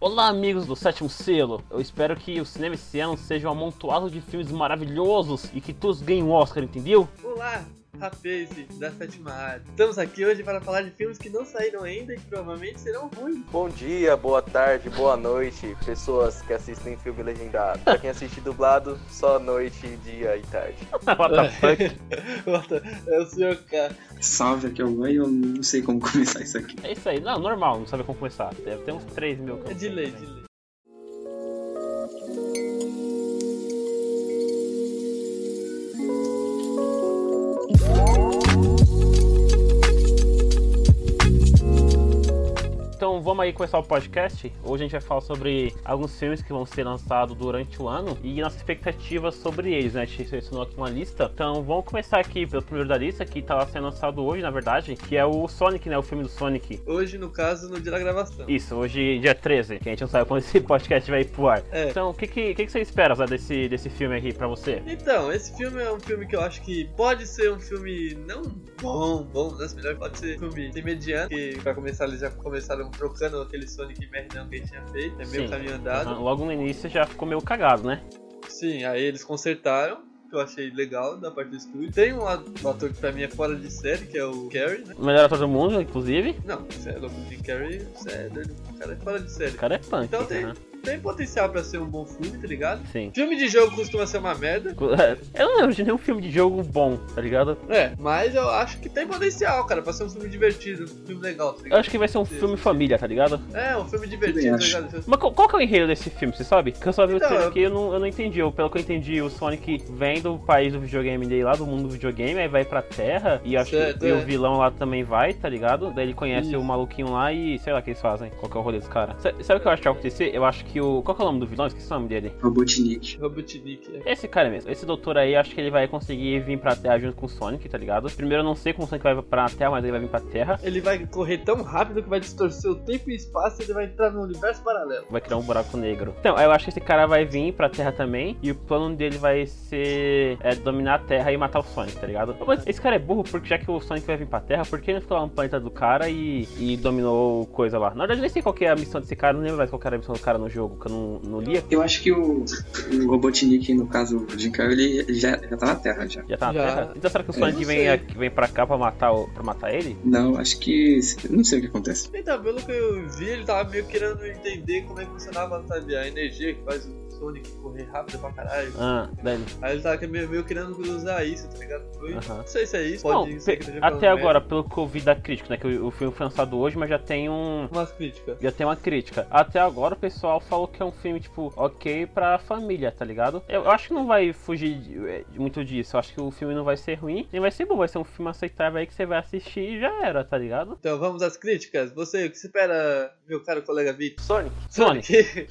Olá, amigos do Sétimo Selo. Eu espero que o cinema esse ano seja um amontoado de filmes maravilhosos e que todos ganhem um Oscar, entendeu? Olá, Rapace da Sétima Arte. Estamos aqui hoje para falar de filmes que não saíram ainda e que provavelmente serão ruins. Bom dia, boa tarde, boa noite, pessoas que assistem filme legendado. Pra quem assiste dublado, só noite, dia e tarde. What the fuck? Bota, é o senhor K. Salve, aqui é o Van e eu não sei como começar isso aqui. É isso aí. Não, normal, não sabe como começar. Deve ter uns 3 mil. que eu É não de sei lei, também. de lei. Então vamos aí começar o podcast. Hoje a gente vai falar sobre alguns filmes que vão ser lançados durante o ano e nossas expectativas sobre eles, né? A gente selecionou aqui uma lista. Então vamos começar aqui pelo primeiro da lista, que tá sendo lançado hoje, na verdade, que é o Sonic, né? O filme do Sonic. Hoje, no caso, no dia da gravação. Isso, hoje dia 13, que a gente não sabe quando esse podcast vai ir pro ar. É. Então, o que, que, que que você espera Zé, desse, desse filme aqui pra você? Então, esse filme é um filme que eu acho que pode ser um filme não bom, bom, das melhores, pode ser um filme mediano, que pra começar eles já começaram trocando aquele Sonic merdão que ele tinha feito, é meio Sim. caminho andado. Aham, Ah, Logo no início já ficou meio cagado, né? Sim, aí eles consertaram, que eu achei legal da parte do estúdio. Tem um a- um ator que pra mim é fora de série, que é o Carrie, né? O melhor ator do mundo, inclusive. Não, você é louco, o Jim Carrey, você é doido, o cara é fora de série. O cara é punk. Então tem, né? tem potencial pra ser um bom filme, tá ligado? Sim. Filme de jogo costuma ser uma merda, Eu não lembro de nenhum filme de jogo bom, tá ligado? é, mas eu acho que tem potencial, cara, pra ser um filme divertido, um filme legal, tá Eu ligado? acho que vai ser um Sim. filme família, tá ligado? É, um filme Também divertido, tá acho. ligado? Mas qual, qual que é o enredo desse filme, você sabe? Porque eu só vi o Então, trailer eu- aqui e eu não, eu não entendi. Eu, pelo que eu entendi, o Sonic vem do país do videogame dele lá, do mundo do videogame, aí vai pra Terra, e acho Certo, que e é. o vilão lá também vai, tá ligado? Daí ele conhece Isso. o maluquinho lá e sei lá o que eles fazem, qual que é o rolê dos caras. Sa- Sabe o que eu acho que vai acontecer? Eu acho que o... Qual que é o nome do vilão? Esqueci o nome dele. Robotnik. Robotnik, é. Esse cara mesmo, esse doutor aí, acho que ele vai conseguir vir pra Terra junto com o Sonic, tá ligado? Primeiro eu não sei como o Sonic vai pra Terra, mas ele vai vir pra Terra. Ele vai correr tão rápido que vai distorcer o tempo e espaço e ele vai entrar num universo paralelo. vai criar um buraco negro. Então, eu acho que esse cara vai vir pra Terra também. E o plano dele vai ser é, dominar a Terra e matar o Sonic, tá ligado? Mas esse cara é burro, porque já que o Sonic vai vir pra Terra, por que ele não ficou lá no planeta do cara e, e dominou coisa lá? Na verdade, eu nem sei qual que é a missão desse cara, não lembro mais qual que era a missão do cara no jogo, que eu não, não lia. Eu acho que o, o Robotnik, no caso o Jim Carrey, ele, ele já, já tá na Terra já. Já tá na Já. Terra? Então será que o Eu Sonic não vem, sei. aqui, vem pra cá pra matar, o- pra matar ele? Não, acho que. Não sei o que acontece. Então, pelo que eu vi, ele tava meio querendo entender como é que funcionava, sabe, a energia que faz o Sonic correr rápido pra caralho. Ah, daí. Aí ele tava meio, meio querendo usar isso, tá ligado? Foi- Aham. Não sei se é isso, Não, pode ser que pe- esteja falando até merda. agora, pelo que eu vi da crítica, né? Que o, o filme foi lançado hoje, mas já tem um, Umas críticas. Já tem uma crítica. Até agora o pessoal falou que é um filme, tipo, ok pra família, tá ligado? Eu eu acho que não vai fugir de- é, de muito disso. Eu acho que o filme não vai ser ruim, nem vai ser bom. Vai ser um filme aceitável aí que você vai assistir e já era, tá ligado? Então vamos às críticas. Você, o que você espera, meu caro colega Vitor? Sonic, Sonic.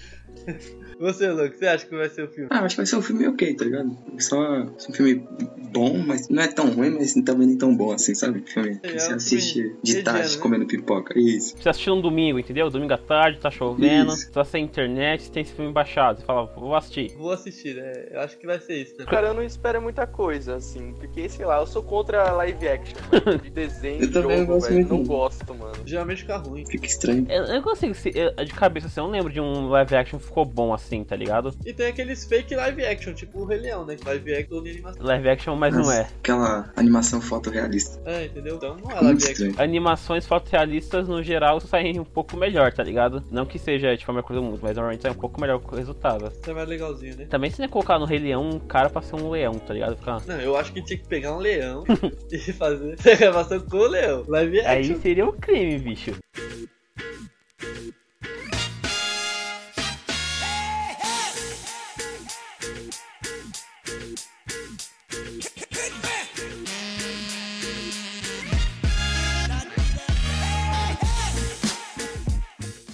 você, Lu, o que você acha que vai ser o filme? Ah, eu acho que vai ser um filme ok, tá ligado? Só um filme bom, mas não é tão ruim, mas também nem tão bom assim, sabe? Filme que É, você é um assiste filme de mediano, tarde né? comendo pipoca. Isso. Você assistiu no domingo, entendeu? Domingo à tarde, tá chovendo, Isso. tá sem internet, você tem esse filme baixado. Você fala, vou assistir. Vou assistir, né? Eu acho que vai ser isso, né? cara, eu não espero muita coisa, assim, porque, sei lá, eu sou contra live action, mano, de desenho, Eu também jogo, gosto velho, muito. não gosto, mano. Geralmente fica ruim. Fica estranho. Eu, eu não consigo, se- eu- de cabeça assim, eu não lembro de um live action que ficou bom assim, tá ligado? E tem aqueles fake live action, tipo o Rei Leão, né? Que Live action de animação. Live action, mas não é. Aquela animação fotorrealista. É, entendeu? Então não é Muito live action. estranho. animações fotorrealistas no geral saem um pouco melhor, tá ligado? Não que seja tipo a melhor coisa do mundo, mas normalmente sai um pouco melhor o resultado. Isso é mais legalzinho, né? Também se não colocar no Rei Leão um cara pra ser um leão, tá ligado? Fica- Não, eu acho que tinha que pegar um leão e fazer a gravação com o leão. Live Aí action. seria um crime, bicho.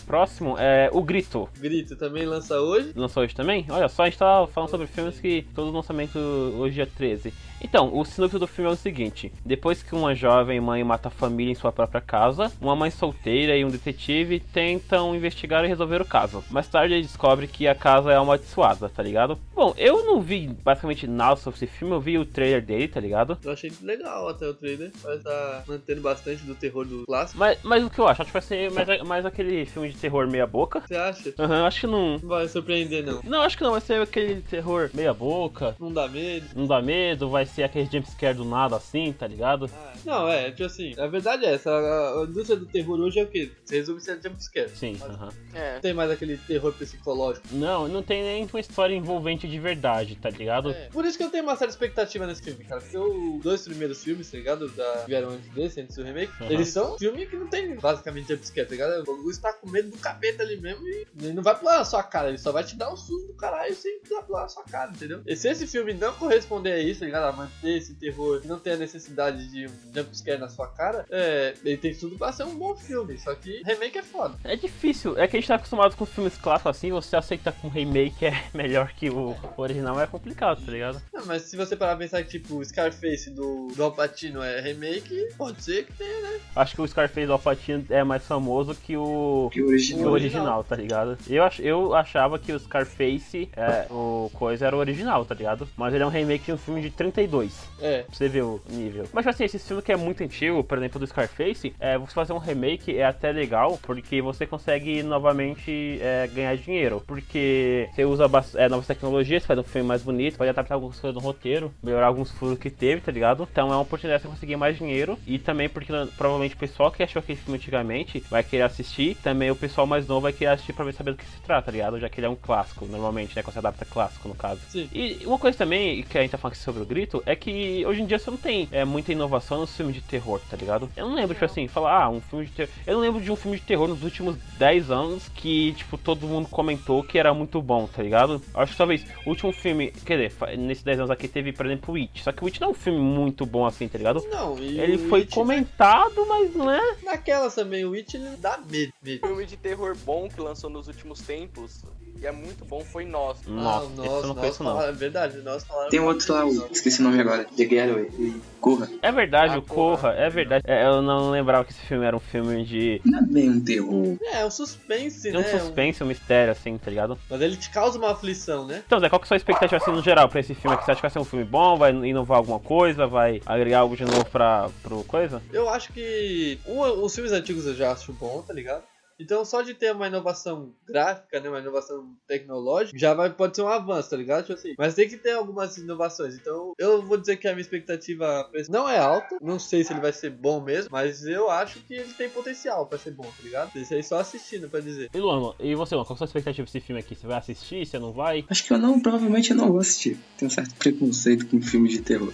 Próximo é O Grito. Grito também lança hoje. Lançou hoje também? Olha só, a gente tá falando sobre filmes que todo lançamento hoje é 13. Então, o sinopse do filme é o seguinte: depois que uma jovem mãe mata a família em sua própria casa, uma mãe solteira e um detetive tentam investigar e resolver o caso. Mais tarde ele descobre que a casa é amaldiçoada, tá ligado? Bom, eu não vi basicamente nada sobre esse filme, eu vi o trailer dele, tá ligado? Eu achei legal até o trailer. Vai estar mantendo bastante do terror do clássico. Mas, mas o que eu acho? Acho que vai ser mais, mais aquele filme de terror meia boca. Você acha? Aham, acho que não. Não vai surpreender, não. Não, acho que não, vai ser aquele terror meia boca, Não dá medo. não dá medo, vai ser aquele jumpscare do nada assim, tá ligado? Ah, Não, é, tipo assim, a verdade é essa, a, a indústria do terror hoje é o quê? Se resume ser jumpscare. Sim, aham. É. Não tem mais aquele terror psicológico. Não, não tem nem uma história envolvente de verdade, tá ligado? é. Por isso que eu tenho uma certa expectativa nesse filme, cara. Porque os dois primeiros filmes, tá ligado? Da que vieram antes desse, antes do remake, Aham. eles são um filme que não tem basicamente jumpscare, tá ligado? O Gogu está com medo do capeta ali mesmo e ele não vai pular na sua cara, ele só vai te dar um susto do caralho sem precisar pular na sua cara, entendeu? E se esse filme não corresponder a isso, tá ligado? A manter esse terror e não ter a necessidade de um jumpscare na sua cara, é, ele tem tudo pra ser um bom filme. Só que remake é foda. É difícil, é que a gente tá acostumado com filmes clássicos assim, você aceitar com um remake é melhor que o original é complicado, tá ligado? Não, mas se você parar pra pensar que, tipo, Scarface do, do Al Pacino é remake, pode ser que tenha, né? Acho que o Scarface do Alpatino é mais famoso que o. Que que o original. original, tá ligado? Eu, ach, eu achava que o Scarface, é, o coisa era o original, tá ligado? Mas ele é um remake de um filme de 32. É. Pra você ver o nível. Mas assim, esse filme que é muito antigo, por exemplo, do Scarface, é, você fazer um remake é até legal, porque você consegue novamente é, ganhar dinheiro. Porque você usa bas- é, novas tecnologias, faz um filme mais bonito, pode adaptar algumas coisas no roteiro, melhorar alguns furos que teve, tá ligado? Então é uma oportunidade de você conseguir mais dinheiro. E também porque né, provavelmente o pessoal que achou aquele filme antigamente vai querer assistir. Também o pessoal mais novo vai querer assistir pra ver saber do que se trata, tá ligado? Já que ele é um clássico, normalmente, né? Quando você adapta clássico, no caso. Sim. E uma coisa também que a gente tá falando aqui sobre o grito é que hoje em dia você não tem é, muita inovação nos filmes de terror, tá ligado? Eu não lembro, tipo assim, falar, ah, um filme de terror. Eu não lembro de um filme de terror nos últimos 10 anos que, tipo, todo mundo comentou que era muito bom, tá ligado? Acho que talvez o último filme, quer dizer, fa- nesses 10 anos aqui teve, por exemplo, It. Só que o It não é um filme muito bom assim, tá ligado? Não, e Ele o foi It, comentado, mas não é. Naquelas também, o Witch ele dá medo, medo. filme de terror bom que lançou nos últimos tempos e é muito bom foi nós. Nossa, Ah, esse eu não nós conheço, não. falaram- É verdade, nós falamos. Tem um outro lá, o- esqueci o nome agora. The Getaway. Corra. É verdade, Ah, o Corra, porra. é verdade. É, eu não lembrava que esse filme era um filme de. Não é bem um terror. É, é um suspense, Tem né? um suspense, um mistério, assim, tá ligado? Mas ele te causa uma aflição, né? Então, Zé, qual que é a sua expectativa assim no geral pra esse filme aqui? Você acha que vai ser um filme bom? Vai inovar alguma coisa? Vai agregar algo de novo pra, pro coisa? Eu acho que o- os filmes antigos eu já acho bom, tá ligado? Então só de ter uma inovação gráfica, né, uma inovação tecnológica, já vai, pode ser um avanço, tá ligado? Tipo assim, mas tem que ter algumas inovações. Então eu vou dizer que a minha expectativa pra esse não é alta, não sei se ele vai ser bom mesmo, mas eu acho que ele tem potencial pra ser bom, tá ligado? Isso aí só assistindo pra dizer. E Luan, e você, Luan, qual que é a sua expectativa desse filme aqui? Você vai assistir? Você não vai? Acho que eu não, provavelmente eu não vou assistir. Tenho um certo preconceito com filme de terror.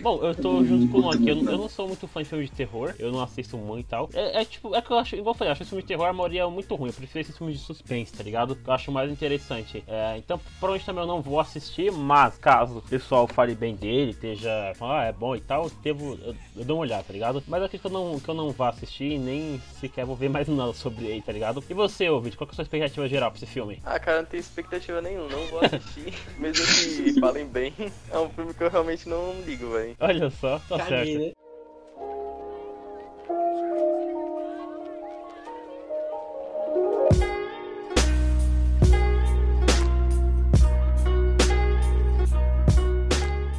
bom, eu tô junto com o Luan aqui. Eu, eu não sou muito fã de filme de terror. Eu não assisto muito e tal. É, é tipo, é que eu acho, igual eu falei, eu acho esse filme de terror a maioria é muito ruim. Eu prefiro esses filmes de suspense, tá ligado? Que eu acho mais interessante. É, então, provavelmente também eu não vou assistir, mas caso o pessoal fale bem dele, esteja falando, ah, é bom e tal, devo, eu, eu dou uma olhada, tá ligado? Mas é aquilo que eu não, que eu não vá assistir, nem sequer vou ver mais nada sobre ele, tá ligado? E você, ouvinte, qual que é a sua expectativa geral pra esse filme? Ah, cara, não tenho expectativa nenhuma, não vou assistir, mesmo que falem bem. É um filme que eu realmente não ligo, velho. Olha só, tá certo. Caguei, né?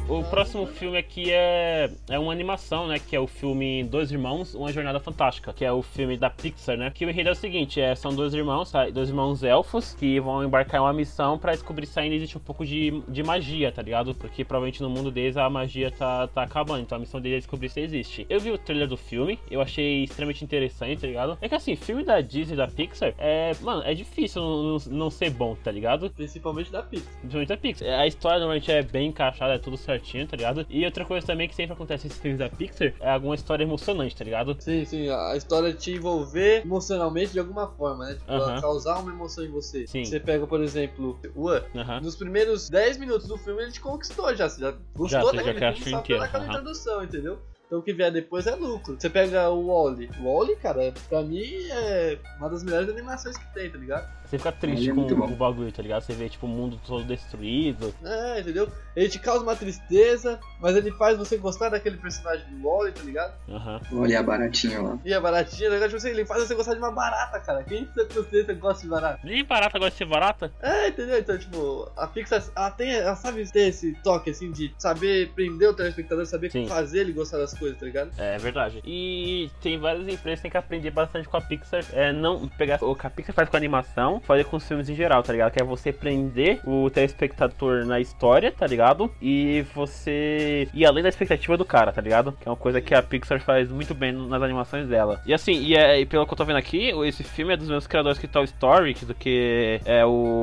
O próximo filme aqui é, é uma animação, né? Que é o filme Dois Irmãos, Uma Jornada Fantástica, que é o filme da Pixar, né? Que o enredo é o seguinte: é, são dois irmãos, tá? dois irmãos elfos, que vão embarcar em uma missão pra descobrir se ainda existe um pouco de, de magia, tá ligado? Porque provavelmente no mundo deles a magia tá, tá acabando, então a missão dele é descobrir se existe. Eu vi o trailer do filme, eu achei extremamente interessante, tá ligado? É que assim, filme da Disney e da Pixar, é. Mano, é difícil não, não- não ser bom, tá ligado? Principalmente da Pix. Principalmente da Pixar. A história normalmente é bem encaixada, é tudo certinho, tá ligado? E outra coisa também que sempre acontece nesses filmes da Pixar é alguma história emocionante, tá ligado? Sim, sim, a a história te envolver emocionalmente de alguma forma, né? Tipo, ela Aham. causar uma emoção em você. Sim. Você pega, por exemplo, Ua. Aham. Nos primeiros 10 minutos do filme ele te conquistou já, você já Já, gostou você já daquele quer filme assistir só inteiro, pela aquela aham. introdução, entendeu? Então o que vier depois é lucro. Você pega o Wally. O Wally, cara, é- pra mim é uma das melhores animações que tem, tá ligado? Você fica triste Ele é com muito bom. o bagulho, tá ligado? Você vê, tipo, o mundo todo destruído. É, entendeu? Ele te causa uma tristeza, mas ele faz você gostar daquele personagem do Wally, tá ligado? Aham. Olha a baratinha lá. E a baratinha, tá ligado? Tipo assim, ele faz você gostar de uma barata, cara. Quem de você gosta de barata? Nem barata gosta de ser barata? É, entendeu? Então, tipo, a Pixar, ela tem, ela sabe ter esse toque, assim, de saber prender o telespectador, saber Sim. fazer ele gostar das coisas, tá ligado? É verdade. E tem várias empresas que tem que aprender bastante com a Pixar. É não pegar o que a Pixar faz com a animação, fazer com os filmes em geral, tá ligado? Que é você prender o telespectador na história, tá ligado? E você ir além da expectativa do cara, tá ligado? Que é uma coisa que a Pixar faz muito bem nas animações dela. E assim, e, é, e pelo que eu tô vendo aqui, esse filme é dos mesmos criadores que Toy Story, que- do que é o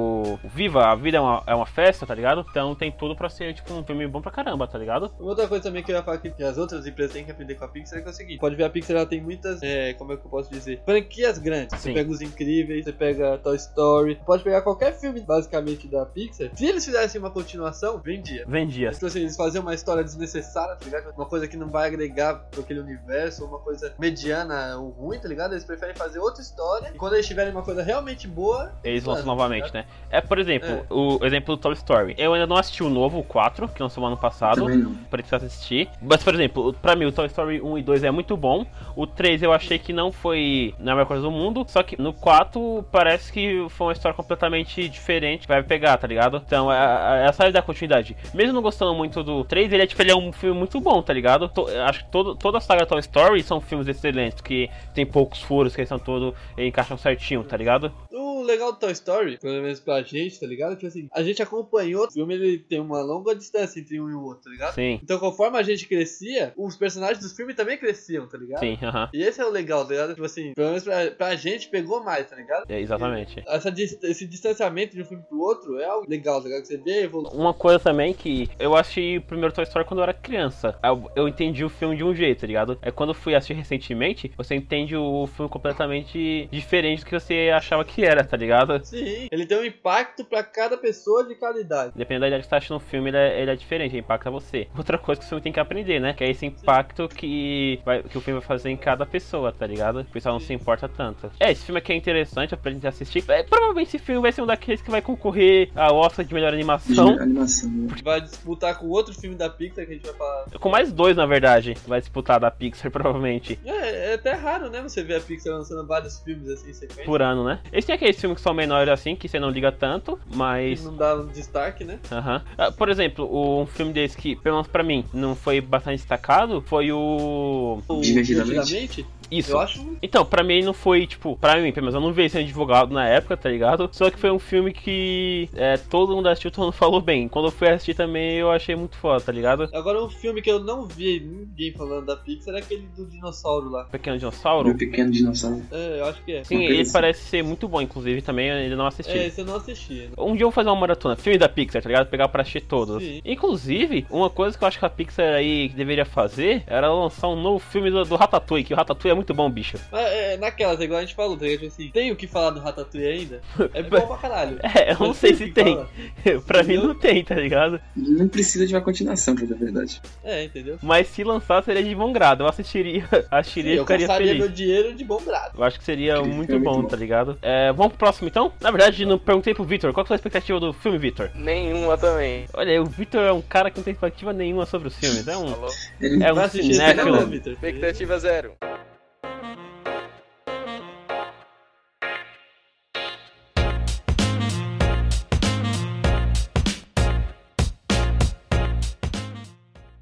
o Viva, a vida é uma, é uma festa, tá ligado? Então tem tudo pra ser, tipo, um filme bom pra caramba, tá ligado? Outra coisa também que eu ia falar que que as outras empresas têm que aprender com a Pixar é que é o seguinte: pode ver a Pixar, ela tem muitas, é, como é que eu posso dizer? Franquias grandes. Você Sim. pega Os Incríveis, você pega Toy Story, pode pegar qualquer filme, basicamente, da Pixar. Se eles fizessem uma continuação, vendia. Vendia. Então, assim, eles faziam uma história desnecessária, tá ligado? Uma coisa que não vai agregar pra aquele universo, uma coisa mediana ou ruim, tá ligado? Eles preferem fazer outra história. E quando eles tiverem uma coisa realmente boa, Eles lançam Mano, novamente, né? É, por exemplo, É. o exemplo do Toy Story. Eu ainda não assisti o novo, o 4, que lançou ano passado. Também não. Preciso assistir. Mas, por exemplo, o- pra mim, o Toy Story 1 e 2 é muito bom. O 3 eu achei que não foi na melhor coisa do mundo. Só que no 4 parece que foi uma história completamente diferente. Vai pegar, tá ligado? Então, é, é essa é da continuidade. Mesmo não gostando muito do 3, ele é, tipo, ele é um filme muito bom, tá ligado? To- acho que todo, toda a saga Toy Story são filmes excelentes, que tem poucos furos, que eles são todos encaixam certinho, tá ligado? O legal do Toy Story, pelo menos pra gente, tá ligado? Tipo assim, a gente acompanhou, o filme ele tem uma longa distância entre um e o outro, tá ligado? Sim, Então conforme a gente crescia, os personagens dos filmes também cresciam, tá ligado? sim, aham. E esse é o legal, tá ligado? Tipo assim, pelo menos pra, pra gente pegou mais, tá ligado? É, exatamente. Essa, dis- esse distanciamento de um filme pro outro é algo legal, tá ligado? Que você vê a evolução. Uma coisa também que eu achei o primeiro Toy Story quando eu era criança. Eu, eu entendi o filme de um jeito, tá ligado? É quando eu fui assistir recentemente, você entende o filme completamente diferente do que você achava que era, tá ligado? Sim, ele tem um impacto pra cada pessoa de cada idade. Dependendo da idade que você tá assistindo o filme, ele é, ele é diferente, ele impacta você. Outra coisa que o filme tem que aprender, né? Que é esse impacto que, vai- que o filme vai fazer em cada pessoa, tá ligado? O pessoal não se importa tanto. É, esse filme aqui é interessante pra gente assistir. É, provavelmente esse filme vai ser um daqueles que vai concorrer ao Oscar de melhor animação. De animação. né? Vai disputar com outro filme da Pixar que a gente vai falar. Com mais dois, na verdade, vai disputar da Pixar, provavelmente. É, é até raro, né? Você ver a Pixar lançando vários filmes assim em sequência. Por ano, né? Eles têm aqueles filmes que são menores assim, que você não liga tanto, que mas. Não dá um destaque, né? aham. Ah, Por exemplo, o- um filme desse que, pelo menos pra mim, não foi bastante destacado foi o. O Divertidamente. Divertidamente, Isso. Eu acho. Então, pra mim ele não foi, tipo, pra mim, pelo menos eu não vi sendo divulgado na época, tá ligado? Só que foi um filme que é, todo mundo assistiu, todo mundo falou bem. Quando eu fui assistir também, eu achei muito foda, tá ligado? Agora, um filme que eu não vi ninguém falando da Pixar é aquele do dinossauro lá. Pequeno Meu Dinossauro. pequeno dinossauro. É, eu acho que é. Sim, Uma ele coisa parece ser muito bom, inclusive, também, eu ainda não assisti. É, esse eu não assisti. né? Um dia eu vou fazer uma maratona, filme da Pixar, tá ligado? Pegar pra assistir todos. Sim. Inclusive, uma coisa que eu acho que a Pixar aí deveria fazer era lançar um novo filme do, do Ratatouille, que o Ratatouille é muito bom, bicho. Mas é, naquelas, igual a gente falou, tá ligado? Tipo Assim, tem o que falar do Ratatouille ainda? É bom pra caralho. É, eu não Mas sei o se que tem. falar. pra mim não tem, tá ligado? Não precisa de uma continuação, pra dizer a verdade. É, entendeu? Mas se lançar seria de bom grado, eu assistiria, Sim, assistiria e eu ficaria gastaria feliz. meu dinheiro de bom grado. Eu acho que seria Aquele muito filme é bom, muito tá ligado? É, vamos pro próximo então? Na verdade, não perguntei pro Victor, qual que foi a expectativa do filme, Victor? Nenhuma também. Olha, aí, o Victor é um cara que não tem expectativa nenhuma sobre os filmes, é um. Falou? Ele É Vai um assistir esse cinéfilo. não, cinéfilo. Vitor. Expectativa zero.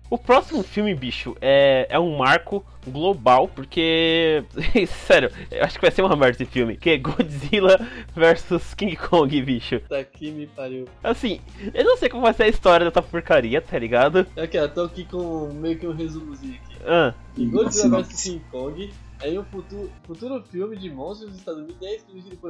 O próximo filme, bicho, é, é um marco global, porque. Sério, eu acho que vai ser uma merda esse filme. Que é Godzilla versus King Kong, bicho. Tá aqui, me pariu. Assim, eu não sei como vai ser a história dessa porcaria, tá ligado? Aqui, ó, tô aqui com meio que um resumozinho aqui. Ah, Nossa, Godzilla não. vs King Kong Aí um futuro, futuro filme de monstros estadunidenses dirigido por.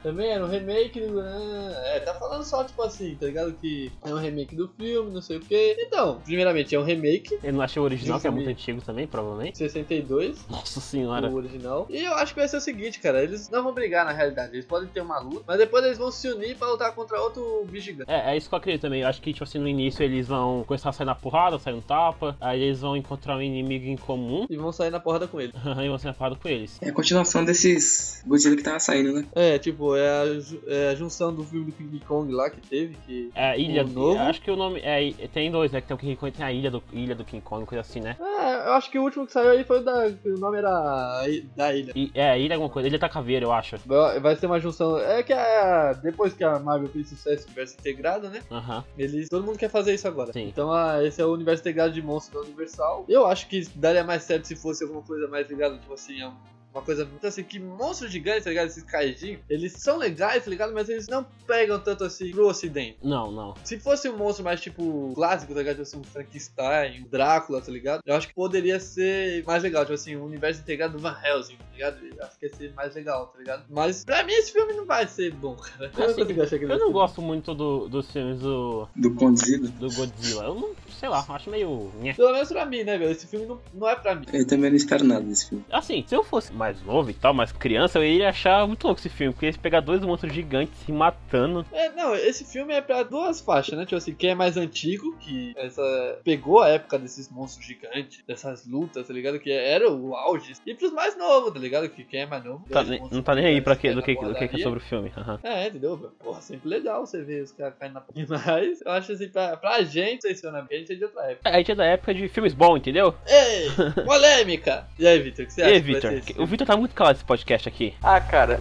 Também era um remake do. É, tá falando só tipo assim, tá ligado? Que é um remake do filme, não sei o que. Então, primeiramente é um remake, Eu não achei o original, que é muito Justamente. antigo também, provavelmente. 62. Nossa senhora. O original. E eu acho que vai ser o seguinte, cara. Eles não vão brigar na realidade. Eles podem ter uma luta, mas depois eles vão se unir pra lutar contra outro bicho gigante. É, é isso que eu acredito também. Eu acho que, tipo assim, no início eles vão começar a sair na porrada, sair um tapa. Aí eles vão encontrar um inimigo em comum E vão sair na porrada com ele. e vão ser na porrada com eles. É a continuação desses Godzilla que tava saindo, né? É, tipo, é a, ju- é a junção do filme do King Kong lá que teve, que. É, Ilha O do. Um novo? Acho que o nome. É, e- tem dois, né? Que tem o King Kong tem a Ilha do, Ilha do King Kong, coisa assim, né? É, eu acho que o último que saiu aí foi o da. que O nome era. I- Da ilha. E, é, Ilha alguma coisa. Ilha da Caveira, eu acho. Vai vai ser uma junção. É que a, depois que a Marvel fez sucesso, o universo integrado, né? Aham. Eles, todo mundo quer fazer isso agora. Sim. Então, ah, esse é o universo integrado de monstros da Universal. Eu acho que daria mais certo se fosse alguma coisa mais ligada, tipo assim, a uma coisa muito assim, que monstros gigantes, tá ligado? Esses kaijin, eles são legais, tá ligado? Mas eles não pegam tanto assim pro ocidente. Não, não. Se fosse um monstro mais tipo clássico, tá ligado? Tipo assim, um Frankenstein, um Drácula, tá ligado? Eu acho que poderia ser mais legal, tipo assim, um universo integrado do Van Helsing, tá ligado? Eu acho que ia ser mais legal, tá ligado? Mas pra mim esse filme não vai ser bom, cara. Eu não Assim, consigo achar que tipo- ele Eu vai não ser bom. gosto muito do, dos filmes do, Do Godzilla. do Godzilla. Eu não, sei lá, acho meio. nhé. Pelo menos pra mim, né, velho? Esse filme não, não é pra mim. Eu também não espero nada desse filme. Assim, se eu fosse mais novo e tal, mais criança, eu iria achar muito louco esse filme. Porque eles pegar dois monstros gigantes se matando. É, não, esse filme é pra duas faixas, né? Tipo assim, quem é mais antigo, que essa pegou a época desses monstros gigantes, dessas lutas, tá ligado? Que era o auge. E pros mais novos, tá ligado? Que quem é mais novo. Tá vê os nem- monstros não tá nem aí pra que, do, gigantes que, na do que que é porradaria. sobre o filme. Aham. É, entendeu? Porra, sempre legal você ver os caras caindo na porra. Mas eu acho assim, pra, pra gente, sinceramente, a gente é de outra época. A gente é da época de filmes bons, entendeu? Ei, polêmica! E aí, Vitor, o que você E acha? aí, que vai Victor? ser esse O Victor tá muito calado esse podcast aqui. Ah, cara,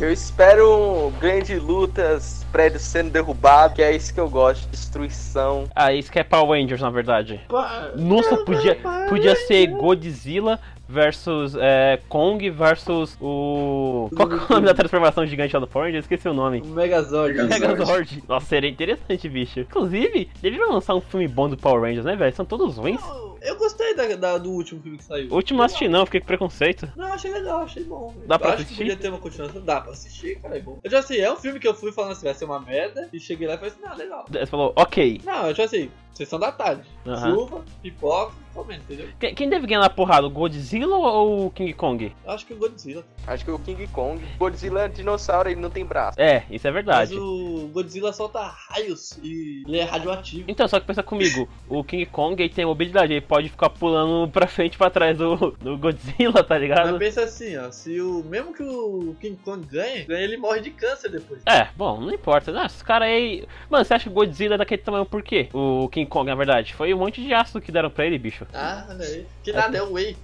eu espero um grande lutas, prédios sendo derrubados, que é isso que eu gosto, destruição. Ah, isso que é Power Rangers, na verdade. filme? Nossa, podia, podia ser Godzilla versus é, Kong versus o. Qual que é o nome da transformação gigante lá do Power Rangers? Esqueci o nome. O Megazord. Megazord. Megazord. Nossa, seria interessante, bicho. Inclusive, deveriam lançar um filme bom do Power Rangers, né, velho? São todos ruins. Eu- Eu gostei da- da- do último filme que saiu. O último não assisti, não, fiquei com preconceito. Não, achei legal, achei bom. velho. Dá pra eu acho assistir? que podia ter uma continuação. Dá pra assistir, cara, é bom. Eu já sei, é um filme que eu fui falando assim, vai ser uma merda, e cheguei lá e falei assim, não, legal. Você falou, ok. Não, eu já sei, sessão da tarde. Aham. Chuva, pipoca, comendo, entendeu? Quem- Quem deve ganhar na porrada, o Godzilla ou o King Kong? Eu acho que o Godzilla. Acho que o King Kong, Godzilla é dinossauro, ele não tem braço. É, isso é Mas verdade. o Godzilla solta raios e ele é radioativo. Então, só que pensa comigo, o King Kong ele tem mobilidade, ele pode ficar pulando pra frente e pra trás do, do Godzilla, tá Mas ligado? pensa assim, ó, se o. Mesmo que o King Kong ganhe, ganha, ele morre de câncer depois. É, bom, não importa. Não, esse cara aí. Mano, você acha que o Godzilla é daquele tamanho por quê? O King Kong, na verdade. Foi um monte de ácido que deram pra ele, bicho. Ah, olha aí. Que nada, é o Way.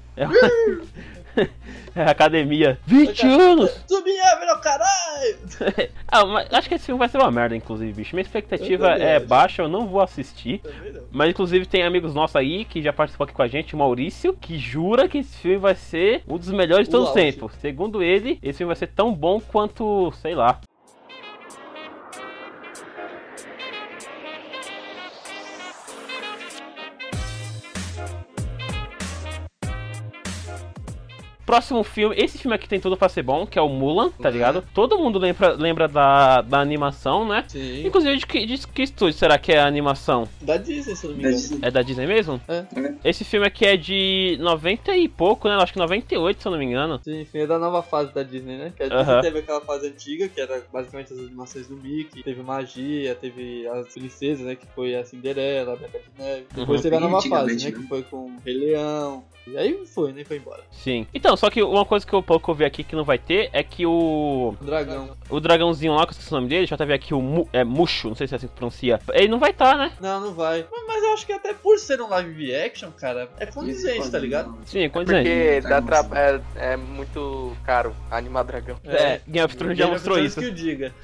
É, academia. 20 Cara. anos! Subir, meu é caralho! Ah, mas acho que esse filme vai ser uma merda, inclusive, bicho. Minha expectativa Eu também é acho. baixa, eu não vou assistir. Também não. Mas inclusive tem amigos nossos aí que já participou aqui com a gente, o Maurício, que jura que esse filme vai ser um dos melhores de O todos os auge. tempos. Segundo ele, esse filme vai ser tão bom quanto, sei lá. Próximo filme, esse filme aqui tem tudo pra ser bom, que é o Mulan, tá Uhum. ligado? Todo mundo lembra, lembra da, da animação, né? Sim. Inclusive, de que, de que estúdio será que é a animação? Da Disney, se eu não me Da engano. Disney. É da Disney mesmo? É. Esse filme aqui é de 90 e pouco, né? Acho que 98, se eu não me engano. Sim, enfim, é da nova fase da Disney, né? Que a Disney Aham. teve aquela fase antiga, que era basicamente as animações do Mickey, teve magia, teve as princesas, né? Que foi a Cinderela, a Branca de Neve. Depois Uhum. teve a nova Antigamente, fase, né? né? Que foi com o Rei Leão. E aí foi, né? Foi embora. Sim. Então, só que uma coisa que eu pouco vi aqui que não vai ter é que o. O dragão. O dragãozinho lá, que eu esqueci o nome dele, já teve aqui o Mu, é, Mushu, não sei se é assim que pronuncia. Ele não vai estar, né? Não, não vai. Mas, mas eu acho que até por ser um live action, cara, é condizente, tá ligado? Sim, condizente. Porque Disney. dá tra... é, é muito caro animar dragão. É, Game of Thrones já Game of mostrou Thrones isso. que o diga.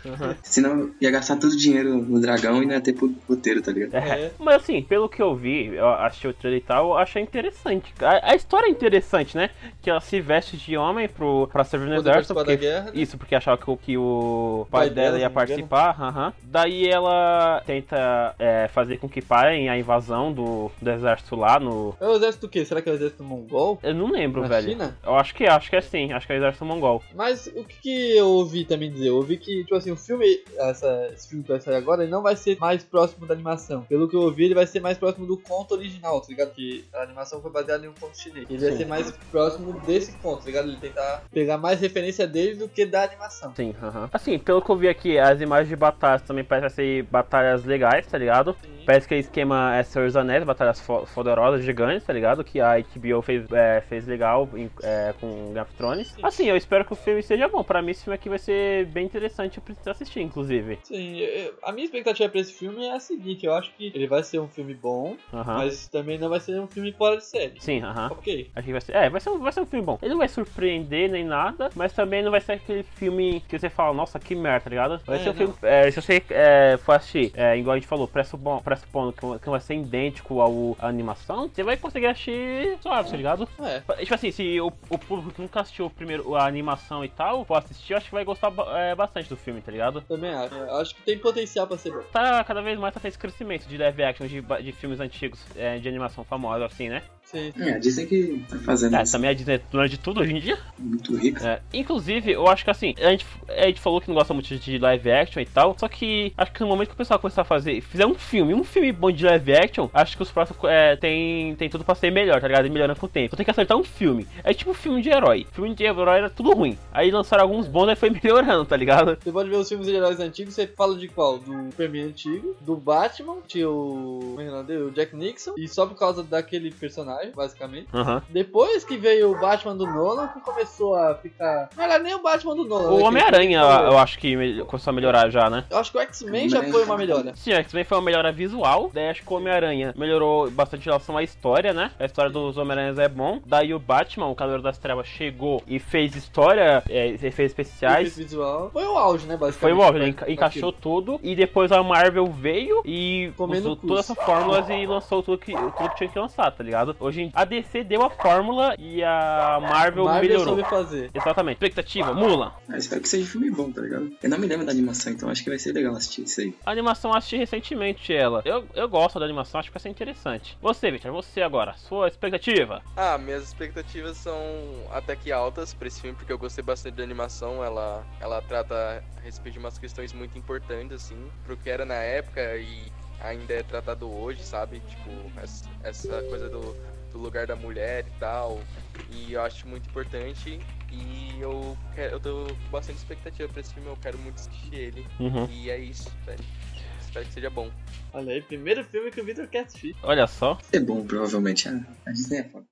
Senão ia gastar todo o dinheiro no dragão e não ia ter pu- puteiro, tá ligado? É. Mas assim, pelo que eu vi, eu achei o trailer e tal, eu achei interessante. A, a história é interessante, né? Que ela se veste de homem pro, pra servir no Poder exército, participar da porque guerra, né? Isso, porque achava que, o- que o pai, Pai dela, dela se ia não me engano. participar. aham. Daí ela tenta é, fazer com que parem a invasão do, do exército lá no. É o exército do quê? Será que é o exército mongol? Eu não lembro, Na velho. China? Eu acho que acho que é sim, acho que é o exército mongol. Mas o que, que eu ouvi também dizer? Eu ouvi que, tipo assim, o filme, essa- esse filme que vai sair agora, ele não vai ser mais próximo da animação. Pelo que eu ouvi, ele vai ser mais próximo do conto original, tá ligado? Que a animação foi baseada em um conto chinês. Ele vai Sim. ser mais próximo desse conto, tá ligado? Ele tentar pegar mais referência dele do que da animação. Sim, aham. Assim, pelo que eu vi aqui, as imagens de batalhas também parecem ser batalhas legais, tá ligado? Parece que o esquema é Senhor dos Anéis, batalhas fo- poderosas, gigantes, tá ligado? Que a HBO fez, é, fez legal em- é, com Game of Thrones. Assim, eu espero que o filme seja bom. Pra mim, esse filme aqui vai ser bem interessante pra assistir, inclusive. Sim, eu- a minha expectativa pra esse filme é a seguinte: eu acho que ele vai ser um filme bom, Aham. mas também não vai ser um filme fora de série. Sim, aham. Ok. Acho que vai ser. É, vai ser, um, vai ser um filme bom. Ele não vai surpreender nem nada, mas também não vai ser aquele filme que você fala, nossa, que merda, tá ligado? Vai É, ser um não. filme. é, se você é, for assistir, é, igual a gente falou, pressupondo, pressupondo que, não- que é um não vai ser idêntico ao, à animação, você vai conseguir assistir suave, tá ligado? É. Tipo assim, se o, o público que nunca assistiu o primeiro, a animação e tal, for assistir, eu acho que vai gostar ba- é, bastante do filme, tá ligado? Também acho. Eu acho que tem potencial pra ser bom. Tá cada vez mais tá tendo esse crescimento de live action de, ba- de filmes antigos, é, de animação famosa, assim, né? Sim. É, dizem que tá fazendo É, isso também a Disney é dona de tudo hoje em dia. muito rica. É, inclusive, eu acho que assim, a gente, a gente falou que não gosta muito de live action e tal, só que acho que no momento que o pessoal começar a fazer, fizer um filme, um filme bom de live action, acho que os próximos é, tem, tem tudo pra ser melhor, tá ligado? E melhorando com o tempo. Então tem que acertar um filme. É tipo um filme de herói. Filme de herói era tudo ruim. Aí lançaram alguns bons, aí foi melhorando, tá ligado? Você pode ver os filmes de heróis antigos, você fala de qual? Do Superman antigo, do Batman, tinha o. como é que é o nome dele? O Jack Nixon, e só por causa daquele personagem, basicamente. Aham. Depois que veio o Batman do Nolan, que começou a ficar. Não era nem o Batman do Nolan. né, O que- Homem-Aranha, eu eu acho que me- começou a melhorar já, né? Eu acho que o X-Men já foi uma melhora. Sim, o X-Men foi uma melhora visual. Daí acho que o Homem-Aranha melhorou bastante em relação à história, né? A história dos Homem-Aranhas é bom. Daí o Batman, o Cavaleiro das Trevas, chegou e fez história, é, efeitos Efeito especiais. visual. Foi o auge, né, Foi basicamente. bom, ele pra- enca- encaixou tudo. E depois a Marvel veio e Comendo usou cu. todas essas fórmulas e lançou tudo que, tudo que tinha que lançar, tá ligado? Hoje em- a DC deu a fórmula e a Marvel, Marvel melhorou. soube fazer. Exatamente. Expectativa, mula. Ah, espero que seja um filme bom, tá ligado? Eu não me lembro da animação, então acho que vai ser legal assistir isso aí. A animação eu assisti recentemente ela. Eu, eu gosto da animação, acho que vai ser interessante. Você, Victor, você agora, sua expectativa? Ah, minhas expectativas são até que altas pra esse filme, porque eu gostei bastante da animação. Ela, ela trata a respeito de umas questões muito importantes, assim, pro que era na época e ainda é tratado hoje, sabe? Tipo, essa, essa coisa do, do lugar da mulher e tal. E eu acho muito importante. E eu, quero, eu tô com bastante expectativa pra esse filme, eu quero muito assistir ele. Uhum. E é isso, velho. Espero que seja bom. Olha aí, primeiro filme que o Victor quer assistir. Olha só. Vai ser É bom, provavelmente. Ah, a Disney é foda.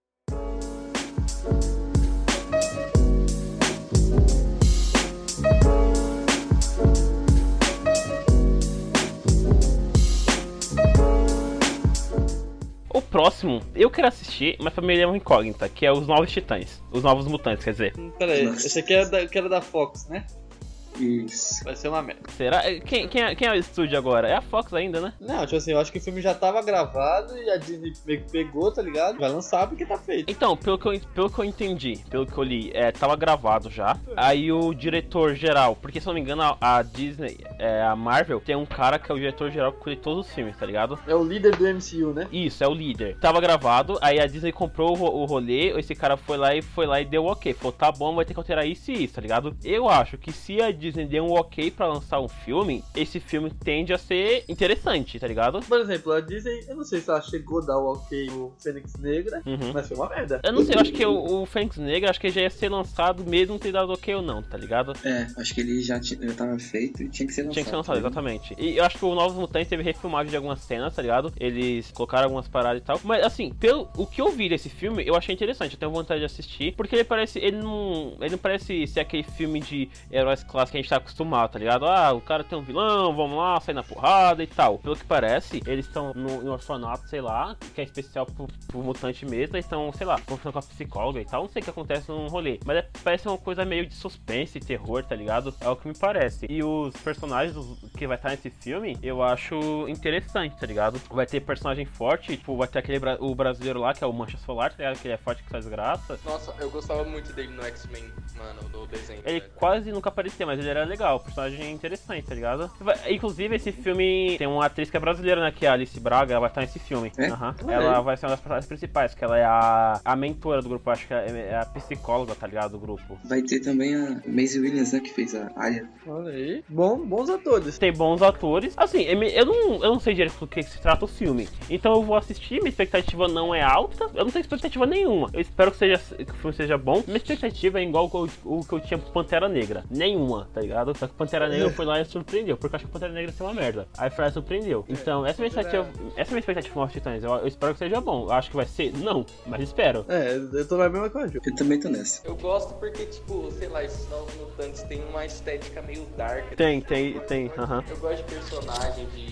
O próximo, eu quero assistir, mas pra mim ele é uma incógnita, que é Os Novos Titãs. Os Novos Mutantes, quer dizer. Hum, Pera aí, Nossa. esse aqui era da, que era da Fox, né? Isso. Vai ser uma merda. Será? Quem, quem, é, quem é o estúdio agora? É a Fox ainda, né? Não, tipo assim, eu acho que o filme já tava gravado e a Disney meio que pegou, tá ligado? Vai lançar porque tá feito. Então, pelo que eu, pelo que eu entendi, pelo que eu li, é, tava gravado já. Aí o diretor geral, porque se eu não me engano, a, a Disney, é, a Marvel, tem um cara que é o diretor geral que cuida de todos os filmes, tá ligado? É o líder do MCU, né? Isso, é o líder. Tava gravado, aí a Disney comprou o, ro- o rolê, esse cara foi lá e foi lá e deu o ok. Falou, tá bom, vai ter que alterar isso e isso, tá ligado? Eu acho que se a Disney der um ok pra lançar um filme, esse filme tende a ser interessante, tá ligado? Por exemplo, a Disney, eu não sei se ela chegou a dar o ok no Fênix Negra, Uhum. mas foi uma merda. Eu não sei, eu acho que o, o Fênix Negra, acho que já ia ser lançado mesmo ter dado ok ou não, tá ligado? É, acho que ele já, ti- já tava feito e tinha que ser lançado. Tinha que ser lançado, tá ligado? exatamente. E eu acho que o Novos Mutantes teve refilmagem de algumas cenas, tá ligado? Eles colocaram algumas paradas e tal. Mas assim, pelo o que eu vi desse filme, eu achei interessante. Eu tenho vontade de assistir. Porque ele parece. Ele não. Ele não parece ser aquele filme de heróis clássicos que a gente tá acostumado, tá ligado? Ah, o cara tem um vilão, vamos lá, sai na porrada e tal. Pelo que parece, eles estão no, em um orfanato, sei lá, que é especial pro, pro mutante mesmo. Eles estão, sei lá, conversando com a psicóloga e tal. Não sei o que acontece num rolê. Mas é- parece uma coisa meio de suspense e terror, tá ligado? É o que me parece. E os personagens dos- que vai estar nesse filme, eu acho interessante, tá ligado? Vai ter personagem forte, tipo, vai ter aquele bra- o brasileiro lá, que é o Mancha Solar, tá ligado? Que ele é forte que faz graça. Nossa, eu gostava muito dele no X-Men, mano, do desenho. Ele velho. quase nunca aparecia, mas brasileira é legal, o personagem é interessante, tá ligado? Vai- Inclusive, esse filme tem uma atriz que é brasileira, né? Que é a Alice Braga, ela vai estar nesse filme. É? Aham. Olha Ela aí. vai ser uma das personagens principais, que ela é a, a mentora do grupo, eu acho que é é a psicóloga, tá ligado? Do grupo. Vai ter também a Maisie Williams, né? Que fez a área. Olha aí. Bom, bons atores. Tem bons atores. Assim, eu me- eu não, eu não sei direito do que se trata o filme. Então eu vou assistir, minha expectativa não é alta. Eu não tenho expectativa nenhuma. Eu espero que, seja, que o filme seja bom. Minha expectativa é igual o, o que eu tinha pro Pantera Negra. Nenhuma, tá ligado? Só que o Pantera Negra foi lá e surpreendeu. Porque eu acho que o Pantera Negra ia ser uma merda. Aí foi lá e surpreendeu. Então, essa é a minha expectativa. Essa é a minha expectativa com os Titãs. Eu, eu espero que seja bom. Eu acho que vai ser? Não, mas espero. É, eu tô na mesma com a Ju. Eu também tô nessa. Eu gosto porque, tipo, sei lá, esses novos mutantes tem uma estética meio dark. tá Tem, tem, tem, aham. Eu gosto de personagem, de,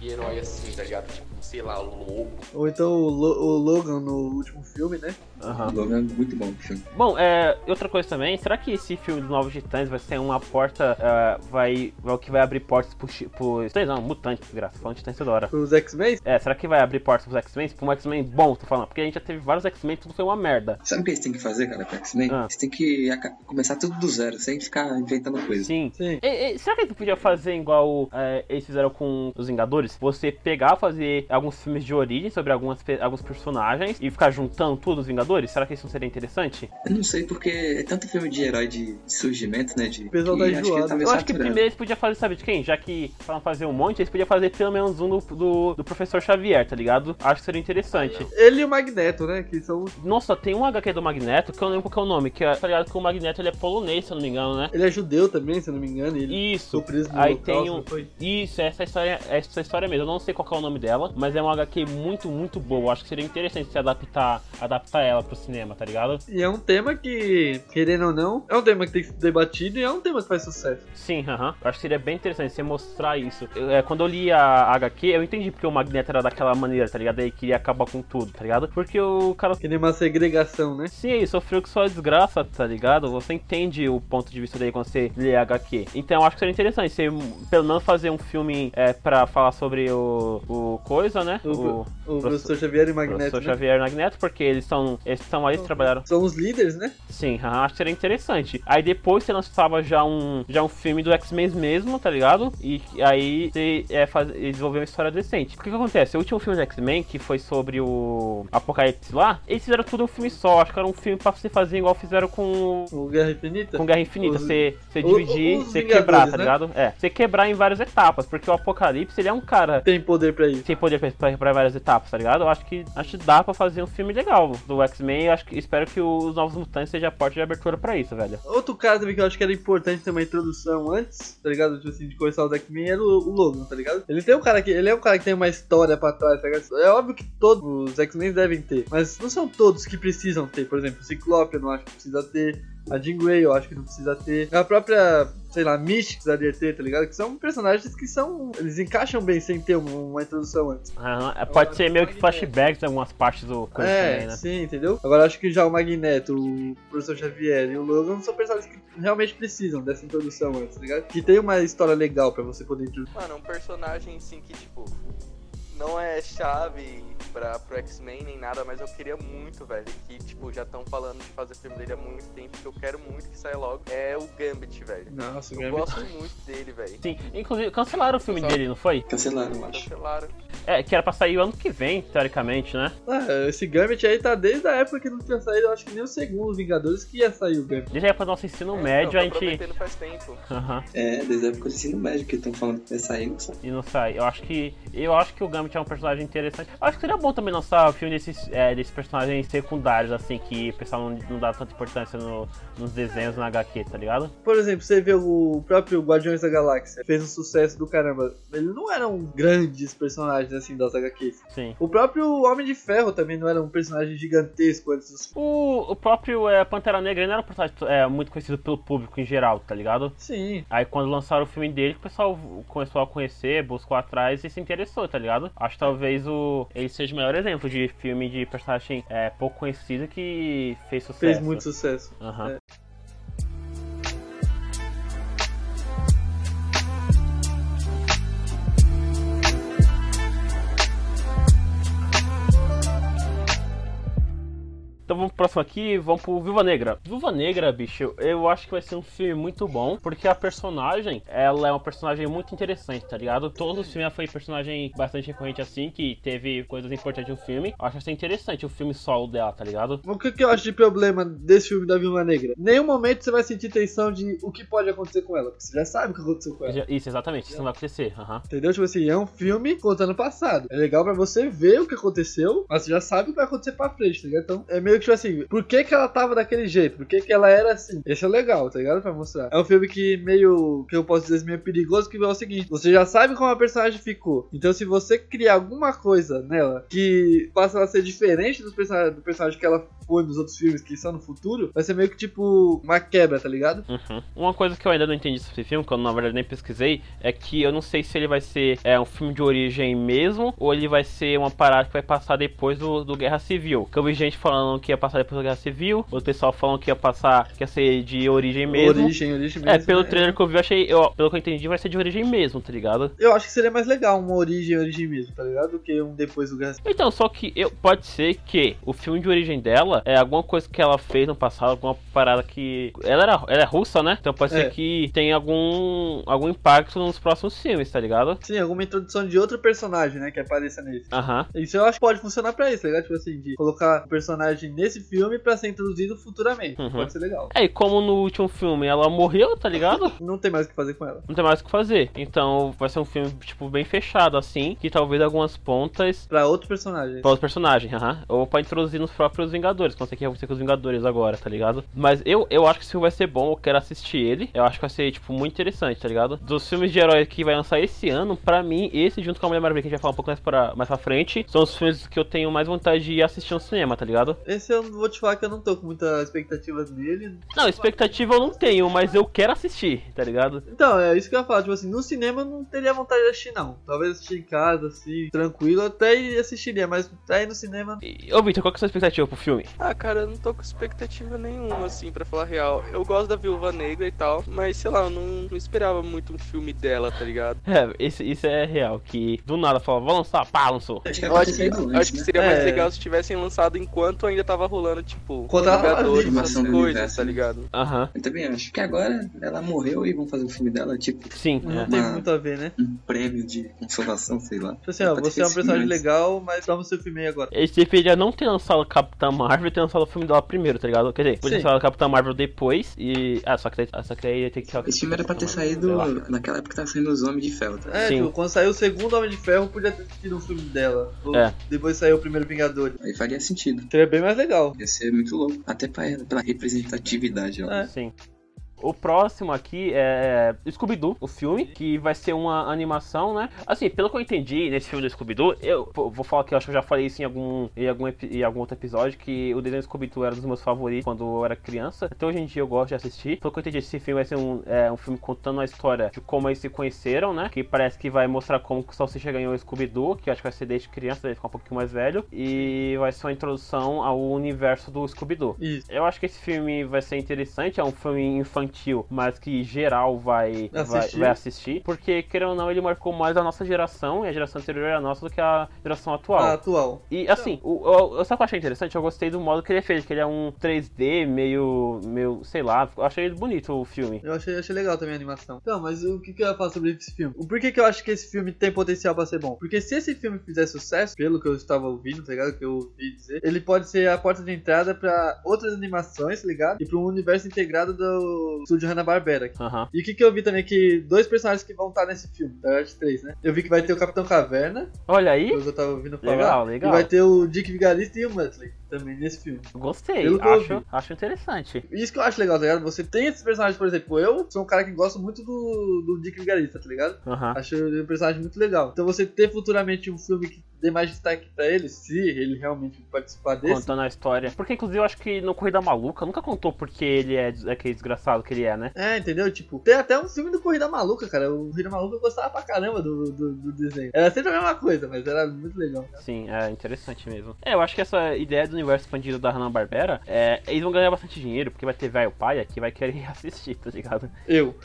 de herói assim, tá ligado? Tipo, sei lá, o lobo. Ou então o, Lo- o Logan no último filme, né? aham. Logan é muito bom o filme. Bom, é, outra coisa também, será que esse filme dos Novos Titãs vai ser uma porta, é, vai, vai, o que vai abrir portas pro, chi- pro Titãs não, mutantes, graça, falando de Titãs toda hora. Os X-Men. É, será que vai abrir portas pros X-Men? Pra um X-Men bom, tô falando, porque a gente já teve vários X-Men, tudo foi uma merda. Sabe o que eles têm que fazer, cara, com X-Men? Ah. Eles têm que aca- começar tudo do zero, sem ficar inventando coisa. Sim. Sim. E- e será que eles não podiam fazer igual é, eles fizeram com os Vingadores? Você pegar, fazer alguns filmes de origem sobre algumas, pe- alguns personagens e ficar juntando tudo os Vingadores? Será que isso não seria interessante? Eu não sei porque é tanto filme de herói de de surgimento, né? De, O pessoal que tá acho que enjoado. tá meio Eu acho que saturado. primeiro eles podiam fazer, sabe de quem? Já que falam fazer um monte, eles podiam fazer pelo menos um do, do, do professor Xavier, tá ligado? Acho que seria interessante. Ele e o Magneto, né? Que são. Nossa, tem um HQ do Magneto que eu não lembro qual que é o nome, que é, tá ligado que o Magneto ele é polonês, se eu não me engano, né? Ele é judeu também, se eu não me engano. e Ele Isso. ficou preso no Aí Holocausto, tem um- não foi? Isso, essa história, é essa história mesmo. Eu não sei qual que é o nome dela, mas é uma HQ muito, muito boa. Eu Acho que seria interessante se adaptar, adaptar ela pro cinema, tá ligado? E é um tema que, querendo ou não, é um tema que tem que ser debatido e é um tema que faz sucesso. Sim, aham. Eu Acho que seria bem interessante você mostrar isso. Eu, é, quando eu li a HQ, eu entendi porque o Magneto era daquela maneira, tá ligado? Ele queria acabar com tudo, tá ligado? Porque o cara Que nem uma segregação, né? Sim, ele sofreu com sua desgraça, tá ligado? Você entende o ponto de vista dele quando você lê HQ. Então eu acho que seria interessante você, pelo menos, fazer um filme é, pra falar sobre o, o coisa, né? O- O, O Professor- professor Xavier e Magneto. professor né? Uhum. Xavier e Magneto, porque eles estão eles estão ali, eles trabalharam. São os líderes, né? Sim, aham, acho que seria interessante. Aí depois você lançava já um, já um filme do X-Men mesmo, tá ligado? E aí você é, faz, desenvolveu uma história decente. O que, que acontece? O último filme do X-Men, que foi sobre o Apocalipse lá, eles fizeram tudo um filme só. Acho que era um filme pra você fazer igual fizeram com o O Guerra Infinita. com Guerra Infinita, Os- você, você o- dividir, os você Vingadores, quebrar, tá né? ligado? É, você quebrar em várias etapas, porque o Apocalipse, ele é um cara Tem poder pra isso. sem poder pra- pra pra várias etapas, tá ligado? Eu acho que, acho que dá pra fazer um filme legal do X-Men, eu acho que, espero que os Novos Mutantes seja a porta de abertura pra isso, velho. Outro cara também que eu acho que era importante ter uma introdução antes, tá ligado? Tipo assim, de começar o X-Men era o, o Logan, tá ligado? Ele tem um cara que. Ele é um cara que tem uma história pra trás, tá ligado? É óbvio que todos os X-Men devem ter, mas não são todos que precisam ter. Por exemplo, o Ciclope eu não acho que precisa ter. A Jean Grey eu acho que não precisa ter. A própria, sei lá, Mish precisaria ter, tá ligado? Que são personagens que são. Eles encaixam bem sem ter uma, uma introdução antes. Aham, é, acho Pode ser que meio pode que ter. flashbacks em algumas partes do coisa é, também, né? sim, entendeu? Agora acho que já o Magneto, o Professor Xavier e o Logan são personagens que realmente precisam dessa introdução antes, tá ligado? Que tem uma história legal pra você poder introduzir. Mano, um personagem assim que, tipo, não é chave pra, pro X-Men nem nada, mas eu queria muito, velho, que, tipo, já estão falando de fazer filme dele há muito tempo, que eu quero muito que saia logo, é o Gambit, velho. Nossa, Eu gosto muito dele, velho. Sim, inclusive cancelaram o filme Só- dele, não foi? Cancelaram, eu acho. Cancelaram. É, que era pra sair o ano que vem, teoricamente, né? Ah, esse Gambit aí tá desde a época que não tinha saído, eu acho que nem o segundo Vingadores que ia sair o Gambit. Desde a época do nosso ensino É, médio, então, a tá gente... prometendo faz tempo. Aham. É, desde a época do ensino médio que estão falando que vai sair, não sabe? E não sai. Eu acho que. Eu acho que o Gambit é um personagem interessante. Eu acho que seria bom também lançar o filme desses, é, desses personagens secundários, assim, que o pessoal não, não dá tanta importância no- nos desenhos na HQ, tá ligado? Por exemplo, você vê o próprio Guardiões da Galáxia, fez um sucesso do caramba. Ele não eram grandes personagens assim das HQs. Sim. O próprio Homem de Ferro também não era um personagem gigantesco antes dos. O, o próprio é, Pantera Negra ele não era um personagem é, muito conhecido pelo público em geral, tá ligado? Sim, Aí quando lançaram o filme dele, o pessoal começou a conhecer, buscou atrás e se interessou, tá ligado? Acho que talvez o, ele seja o melhor exemplo de filme de personagem é, pouco conhecido que fez sucesso. fez muito sucesso. Aham. É. Então vamos pro próximo aqui, vamos pro Viva Negra. Viva Negra, bicho, eu acho que vai ser um filme muito bom, porque a personagem, ela é uma personagem muito interessante, tá ligado? Todos os filmes ela foi personagem bastante recorrente assim, que teve coisas importantes no filme. Eu acho que é interessante o filme solo dela, tá ligado? O que, que eu acho de problema desse filme da Viúva Negra? Nenhum momento você vai sentir tensão de o que pode acontecer com ela, porque você já sabe o que aconteceu com ela. Isso, exatamente, isso não vai acontecer. Aham. Entendeu? Tipo assim, é um filme contando o passado. É legal pra você ver o que aconteceu, mas você já sabe o que vai acontecer pra frente, tá ligado? Então, é meio que tipo assim, por que que ela tava daquele jeito? Por que que ela era assim? Esse é legal, tá ligado? Pra mostrar. É um filme que meio, que eu posso dizer, meio perigoso, que é o seguinte, você já sabe como a personagem ficou. Então, se você criar alguma coisa nela que passa a ser diferente dos person- do personagem que ela foi nos outros filmes, que são no futuro, vai ser meio que tipo uma quebra, tá ligado? Uhum. Uma coisa que eu ainda não entendi sobre esse filme, que eu na verdade nem pesquisei, é que eu não sei se ele vai ser é, um filme de origem mesmo, ou ele vai ser uma parada que vai passar depois do, do Guerra Civil. Que eu vi gente falando que ia passar depois da Guerra Civil, outro pessoal falando que ia passar, que ia ser de origem mesmo. Origem, origem mesmo. É, pelo né? trailer que eu vi, eu achei, eu- pelo que eu entendi, vai ser de origem mesmo, tá ligado? Eu acho que seria mais legal uma origem, origem mesmo, tá ligado? Do que um depois do Guerra Civil. Então, só que eu, pode ser que o filme de origem dela é alguma coisa que ela fez no passado, alguma parada que. Ela, era, ela é russa, né? Então pode É. ser que tenha algum, algum impacto nos próximos filmes, tá ligado? Sim, alguma introdução de outro personagem, né? Que apareça nesse. Aham. Isso eu acho que pode funcionar pra isso, tá ligado? Tipo assim, de colocar o personagem nesse filme pra ser introduzido futuramente. Uhum. Pode ser legal. É, e como no último filme ela morreu, tá ligado? Não tem mais o que fazer com ela. Não tem mais o que fazer. Então vai ser um filme, tipo, bem fechado, assim, que talvez algumas pontas Pra outro personagem. para os personagens, aham. Ou pra introduzir nos próprios Vingadores, quando você quer acontecer com os Vingadores agora, tá ligado? Mas eu, eu acho que esse filme vai ser bom, eu quero assistir ele. Eu acho que vai ser, tipo, muito interessante, tá ligado? Dos filmes de herói que vai lançar esse ano, pra mim, esse junto com a Mulher Maravilha, que a gente vai falar um pouco mais pra, mais pra frente, são os filmes que eu tenho mais vontade de ir assistir no cinema, tá ligado? Esse eu vou te falar que eu não tô com muita expectativa nele. Não, expectativa eu não tenho, mas eu quero assistir, tá ligado? Então, é isso que eu ia falar. Tipo assim, no cinema eu não teria vontade de assistir, não. Talvez assistir em casa, assim, tranquilo. Até assistiria, mas aí no cinema. E- Ô, Victor, qual que é a sua expectativa pro filme? Ah, cara, eu não tô com expectativa nenhuma, assim, pra falar a real. Eu gosto da Viúva Negra e tal, mas sei lá, eu não, não esperava muito um filme dela, tá ligado? É, esse, isso é real, que do nada fala, vamos lançar, pá, lançou. Acho que Eu acho que, aconteceu eu acho antes, que né? seria mais É. legal se tivessem lançado enquanto ainda tava rolando, tipo, Quando ela tava Vingadores, viva, essas assim, do coisas, universo, tá né? ligado? Aham, Eu também acho. Que agora ela morreu e vão fazer o filme dela, tipo, sim. Não é. tem Mano. muito a ver, né? um prêmio de consolação, sei lá. Tipo assim, ó, Pode você ser é um personagem sim, mas- legal, mas toma o seu filme aí agora. Eles deveriam não ter lançado Capitã Marvel, ter lançado o filme dela primeiro, tá ligado? Quer dizer, ter Sim. lançado Capitã Marvel depois e... Ah, só que, daí- ah, só que daí ia ter que... Esse filme era pra ter Sei saído lá. naquela época que tava saindo Os Homens de Ferro, tá? É, Sim. tipo, quando saiu o segundo Homem de Ferro, podia ter assistido um filme dela. Ou É. Depois saiu o primeiro Vingador. Aí faria sentido. Seria bem mais legal. Ia ser muito louco. Até pra ela, pela representatividade, ó. É. Sim. O próximo aqui é Scooby-Doo, o filme, que vai ser uma animação, né? Assim, pelo que eu entendi nesse filme do Scooby-Doo, eu pô, vou falar que eu acho que eu já falei isso em algum, em algum, epi- em algum outro episódio, que o desenho do Scooby-Doo era um dos meus favoritos quando eu era criança. Até hoje em dia eu gosto de assistir. Pelo que eu entendi, esse filme vai ser um, é, um filme contando a história de como eles se conheceram, né? Que parece que vai mostrar como que o Salsicha ganhou o Scooby-Doo, que eu acho que vai ser desde criança, deve ficar um pouquinho mais velho. E vai ser uma introdução ao universo do Scooby-Doo. Isso. Eu acho que esse filme vai ser interessante, é um filme infantil, mas que geral vai vai- vai Assistir. assistir. porque, querendo ou não, ele marcou mais a nossa geração e a geração anterior à nossa do que a geração atual. A Ah, atual. E assim, o, o, eu sabe o que eu achei interessante? Eu gostei do modo que ele é feito, que ele é um 3D meio, meio sei lá, eu achei bonito o filme. Eu achei, achei legal também a animação. Então, mas o que, que eu ia falar sobre esse filme? O porquê que eu acho que esse filme tem potencial pra ser bom? Porque se esse filme fizer sucesso, pelo que eu estava ouvindo, tá ligado? Que eu ouvi dizer, ele pode ser a porta de entrada pra outras animações, tá ligado? E pra um universo integrado do estúdio Hanna-Barbera. Aham. E o que, que eu vi também? é Que dois personagens que vão estar nesse filme, da verdade três, né? Eu vi que vai ter o Capitão Caverna, Olha que aí, eu tava ouvindo falar. legal, E legal. vai ter o Dick Vigarista e o Muttley também nesse filme. Gostei, Pelo que eu acho, vi. acho interessante. Isso que eu acho legal, tá ligado? Você tem esses personagens, por exemplo, eu sou um cara que gosta muito do, do Dick Vigarista, tá ligado? Aham. Acho ele um personagem muito legal. Então você ter futuramente um filme que dê mais destaque pra ele, se ele realmente participar desse. Contando a história. Porque, inclusive, eu acho que no Corrida Maluca nunca contou porque ele é des- aquele desgraçado que ele é, né? É, entendeu? Tipo, tem até um filme do Corrida Maluca, cara. O Corrida Maluca eu gostava pra caramba do, do, do desenho. Era sempre a mesma coisa, mas era muito legal. Sim, é interessante mesmo. É, eu acho que essa ideia do universo expandido da Hanna-Barbera, é, eles vão ganhar bastante dinheiro, porque vai ter velho pai aqui, vai querer assistir, tá ligado? Eu.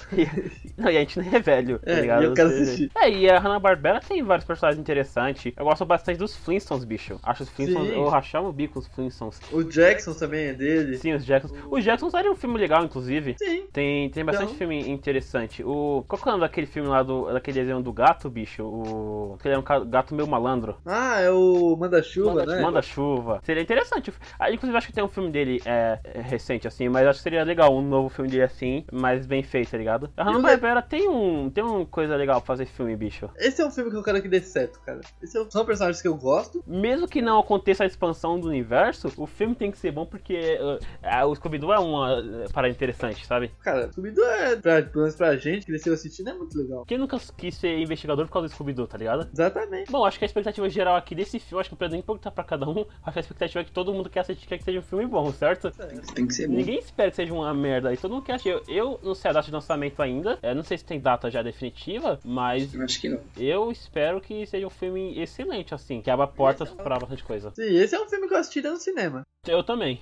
Não, e a gente nem é velho, tá É, ligado? e eu quero Você- assistir. É, e a Hanna-Barbera tem vários personagens interessantes. Eu gosto bastante dos Flintstones, bicho. Acho os Flintstones, Sim. eu rachava o bico os Flintstones. O Jackson também é dele. Sim, os Jacksons. Os Jacksons seria um filme legal, inclusive. Sim. Tem, tem bastante Não. filme interessante. O, qual que é o nome daquele filme lá, do, daquele desenho do gato, bicho? O, que ele é um ca- gato meio malandro. Ah, é o Manda-Chuva, né? Manda chuva. Seria interessante. Ah, inclusive, acho que tem um filme dele é, é, recente, assim, mas acho que seria legal um novo filme dele assim, mas bem feito, tá ligado? A Hanna Barbera tem um. Tem uma coisa legal pra fazer filme, bicho. Esse é um filme que eu quero que dê certo, cara. Esse é um- são personagens que eu gosto. Mesmo que não aconteça a expansão do universo, o filme tem que ser bom porque uh, ah, o Scooby-Doo é uma uh, parada interessante, sabe? Cara, Scooby-Doo é, pra, pelo menos pra gente, que cresceu assistindo, é muito legal. Quem nunca quis ser investigador por causa do Scooby-Doo, tá ligado? Exatamente. Bom, acho que a expectativa geral aqui desse filme, acho que pra nem perguntar pra cada um, acho que a expectativa é que todo mundo quer assistir quer que seja um filme bom, certo? Tem que ser bom. Ninguém espera que seja uma merda aí, todo mundo quer assistir. Eu, eu não sei a data de lançamento ainda, é, não sei se tem data já definitiva, mas Eu acho que não. eu espero que seja um filme excelente, assim, que abra portas pra bastante coisa. Sim, esse é um filme que eu assisti no cinema. Eu também.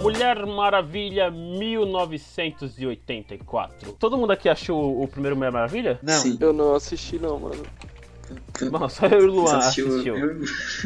Mulher Maravilha 1984. Todo mundo aqui achou o primeiro Mulher Maravilha? Não. Sim. Eu não assisti não, mano. Não, só eu e o Então, Você Luan assistiu. Eu...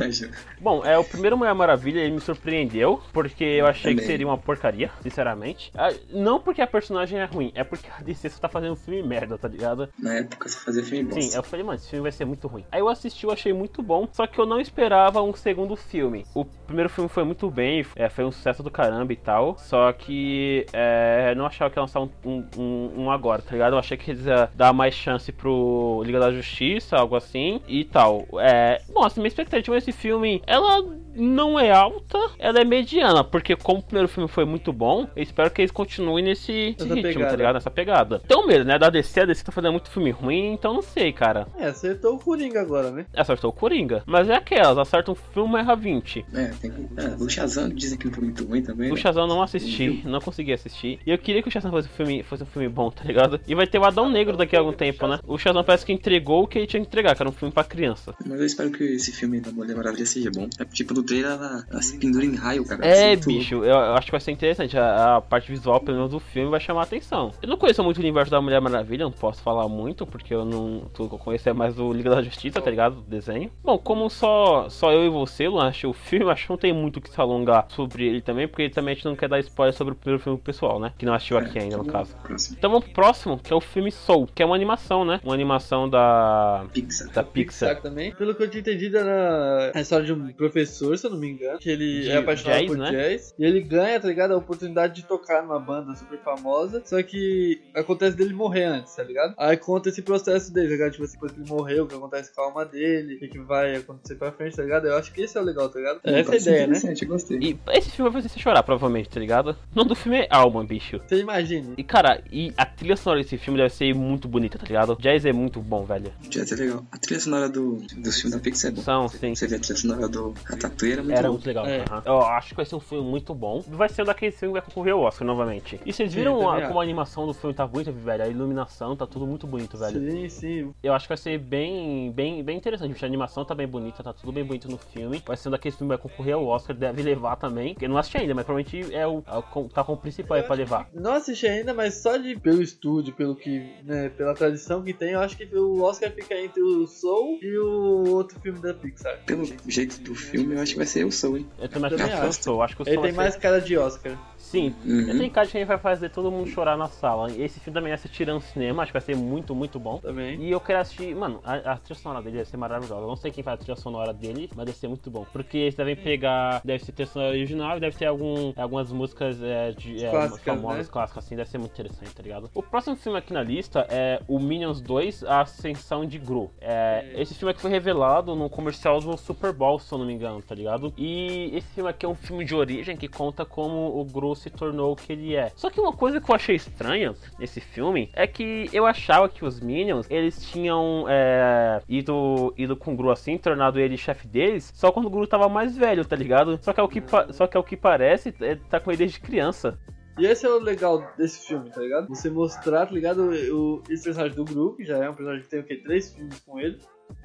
Acho. Bom, é o primeiro Mulher Maravilha, ele me surpreendeu, porque eu achei que Também. seria uma porcaria, sinceramente. Ah, Não porque a personagem é ruim, é porque a DC só tá fazendo um filme merda, tá ligado? Na época só fazia filme bom. Sim, eu falei, mano, esse filme vai ser muito ruim. Aí eu assisti, eu achei muito bom, só que eu não esperava um segundo filme. O primeiro filme foi muito bem, é, foi um sucesso do caramba e tal, só que é, não achava que ia lançar um, um- um- um agora, tá ligado? Eu achei que eles iam dar mais chance pro Liga da Justiça, algo assim e tal. É, bom, assim, minha expectativa desse filme, ela não é alta, ela é mediana, porque como o primeiro filme foi muito bom, eu espero que eles continuem nesse, nesse Nessa ritmo, tá pegada. ligado? Nessa pegada. Então, mesmo, né? Da DC, a DC tá fazendo muito filme ruim, então não sei, cara. É, acertou o Coringa agora, né? Acertou o Coringa. Mas é aquelas, acerta um filme, erra 20. É, tem que... ah, o Shazam dizem que não foi muito ruim também. O né? Shazam eu não assisti, não consegui assistir. E eu queria que o Shazam fosse um filme, fosse um filme bom, tá ligado? E vai ter o Adão Negro daqui a algum tempo, né? O Shazam parece que entregou o que ele tinha que entregar, que era um filme pra criança. Mas eu espero que esse filme da Mulher Maravilha seja bom. É, tipo, do trailer ela, ela se pendura em raio, cara. É, Assim, tu- bicho, eu, eu acho que vai ser interessante. A, a parte visual, pelo menos, do filme vai chamar a atenção. Eu não conheço muito o universo da Mulher Maravilha, não posso falar muito, porque eu não. Tudo que eu conheço é mais do Liga da Justiça, tá ligado? Do desenho. Bom, como só, só eu e você, Luan, achei o filme, acho que não tem muito o que se alongar sobre ele também, porque também a gente não quer dar spoiler sobre o primeiro filme pro pessoal, né? Que não assistiu aqui ainda, no caso. É, Próximo. Então vamos pro próximo, que é o filme Soul, que é uma animação, né? Uma animação da. Pixar. da Pixar. também. Pelo que eu tinha entendido, era a história de um professor, se eu não me engano, que ele De é apaixonado jazz, por né? jazz. E ele ganha, tá ligado? A oportunidade de tocar numa banda super famosa. Só que acontece dele morrer antes, tá ligado? Aí conta esse processo dele, tá ligado? Tipo assim, depois que ele morreu, o que acontece com a alma dele, o que que vai acontecer pra frente, tá ligado? Eu acho que esse é o legal, tá ligado? É essa a Parece ideia, né? interessante, Eu gostei. E esse filme vai fazer você chorar, provavelmente, tá ligado? O nome do filme é Alma, bicho. Você imagina. E cara, e a trilha sonora desse filme deve ser muito bonita, tá ligado? Jazz é muito bom, velho. Já é legal. A trilha sonora do, dos filmes da Pixar é bom. São, sim. Você vê a trilha sonora do Ratatouille era muito Era bom. muito legal. É. aham. Eu acho que vai ser um filme muito bom. Vai ser um daqueles filmes que vai concorrer ao Oscar novamente. E vocês Sim, viram também a- acho. como a animação do filme tá bonita, velho? A iluminação tá tudo muito bonito, velho. Sim, sim. Eu acho que vai ser bem, bem, bem interessante. bicho. A animação tá bem bonita, tá tudo bem bonito no filme. Vai ser um daqueles filmes que vai concorrer ao Oscar, deve levar também. Eu não assisti ainda, mas provavelmente é o, é o com- tá com o principal aí pra levar. Não assisti ainda, mas só de pelo estúdio, pelo que, né, pela tradição que tem, eu acho que o Oscar fica entre o Soul e o outro filme da Pixar. Pelo jeito do filme, eu acho que vai ser eu sou, hein? Eu também acho Também que eu acho. sou. Acho que o Ele som tem vai mais ser- cara de Oscar. Sim, Uhum. Tem um cara de quem vai fazer todo mundo chorar na sala. Esse filme também assistir no cinema, acho que vai ser muito, muito bom. Também. E eu quero assistir, mano, a, a trilha sonora dele deve ser maravilhosa. Eu não sei quem faz a trilha sonora dele, mas deve ser muito bom. Porque eles devem pegar, deve ser trilha sonora original e deve ter algum, algumas músicas é, de, é, Clássicas, famosas, né? clássicas, assim, deve ser muito interessante, tá ligado? O próximo filme aqui na lista é o Minions 2, A Ascensão de Gru. É, esse filme aqui foi revelado num comercial do Super Bowl, se eu não me engano, tá ligado? E esse filme aqui é um filme de origem que conta como o Gru se tornou o que ele é. Só que uma coisa que eu achei estranha nesse filme é que eu achava que os Minions, eles tinham é, ido, ido com o Gru assim, tornado ele chefe deles, só quando o Gru tava mais velho, tá ligado? Só que é o que, Hum. pa- só que, é o que parece, é, tá com ele desde criança. E esse é o legal desse filme, tá ligado? Você mostrar, tá ligado? O, esse personagem do grupo, que já é um personagem que tem o quê? Três filmes com ele.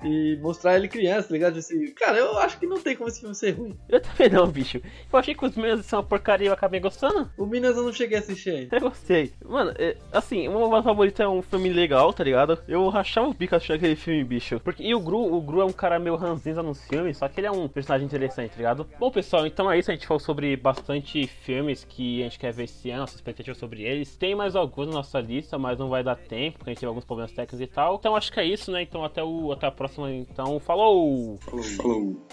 E mostrar ele criança, tá ligado? Assim, cara, eu acho que não tem como esse filme ser ruim. Eu também não, bicho. Eu achei que os Minions são uma porcaria e eu acabei gostando. O Minas eu não cheguei a assistir ainda. Eu gostei. Mano, é, assim, o meu Malvado favorito é um filme legal, tá ligado? Eu rachava o bico achando aquele filme, bicho. Porque, e o Gru, o Gru é um cara meio ranzinza nos filmes, só que ele é um personagem interessante, tá ligado? Bom, pessoal, então é isso. A gente falou sobre bastante filmes que a gente quer ver esse ano, nossa expectativa sobre eles. Tem mais alguns na nossa lista, mas não vai dar tempo, porque a gente teve alguns problemas técnicos e tal. Então acho que é isso, né? Então até, o, até a próxima, então. Falou! Falou.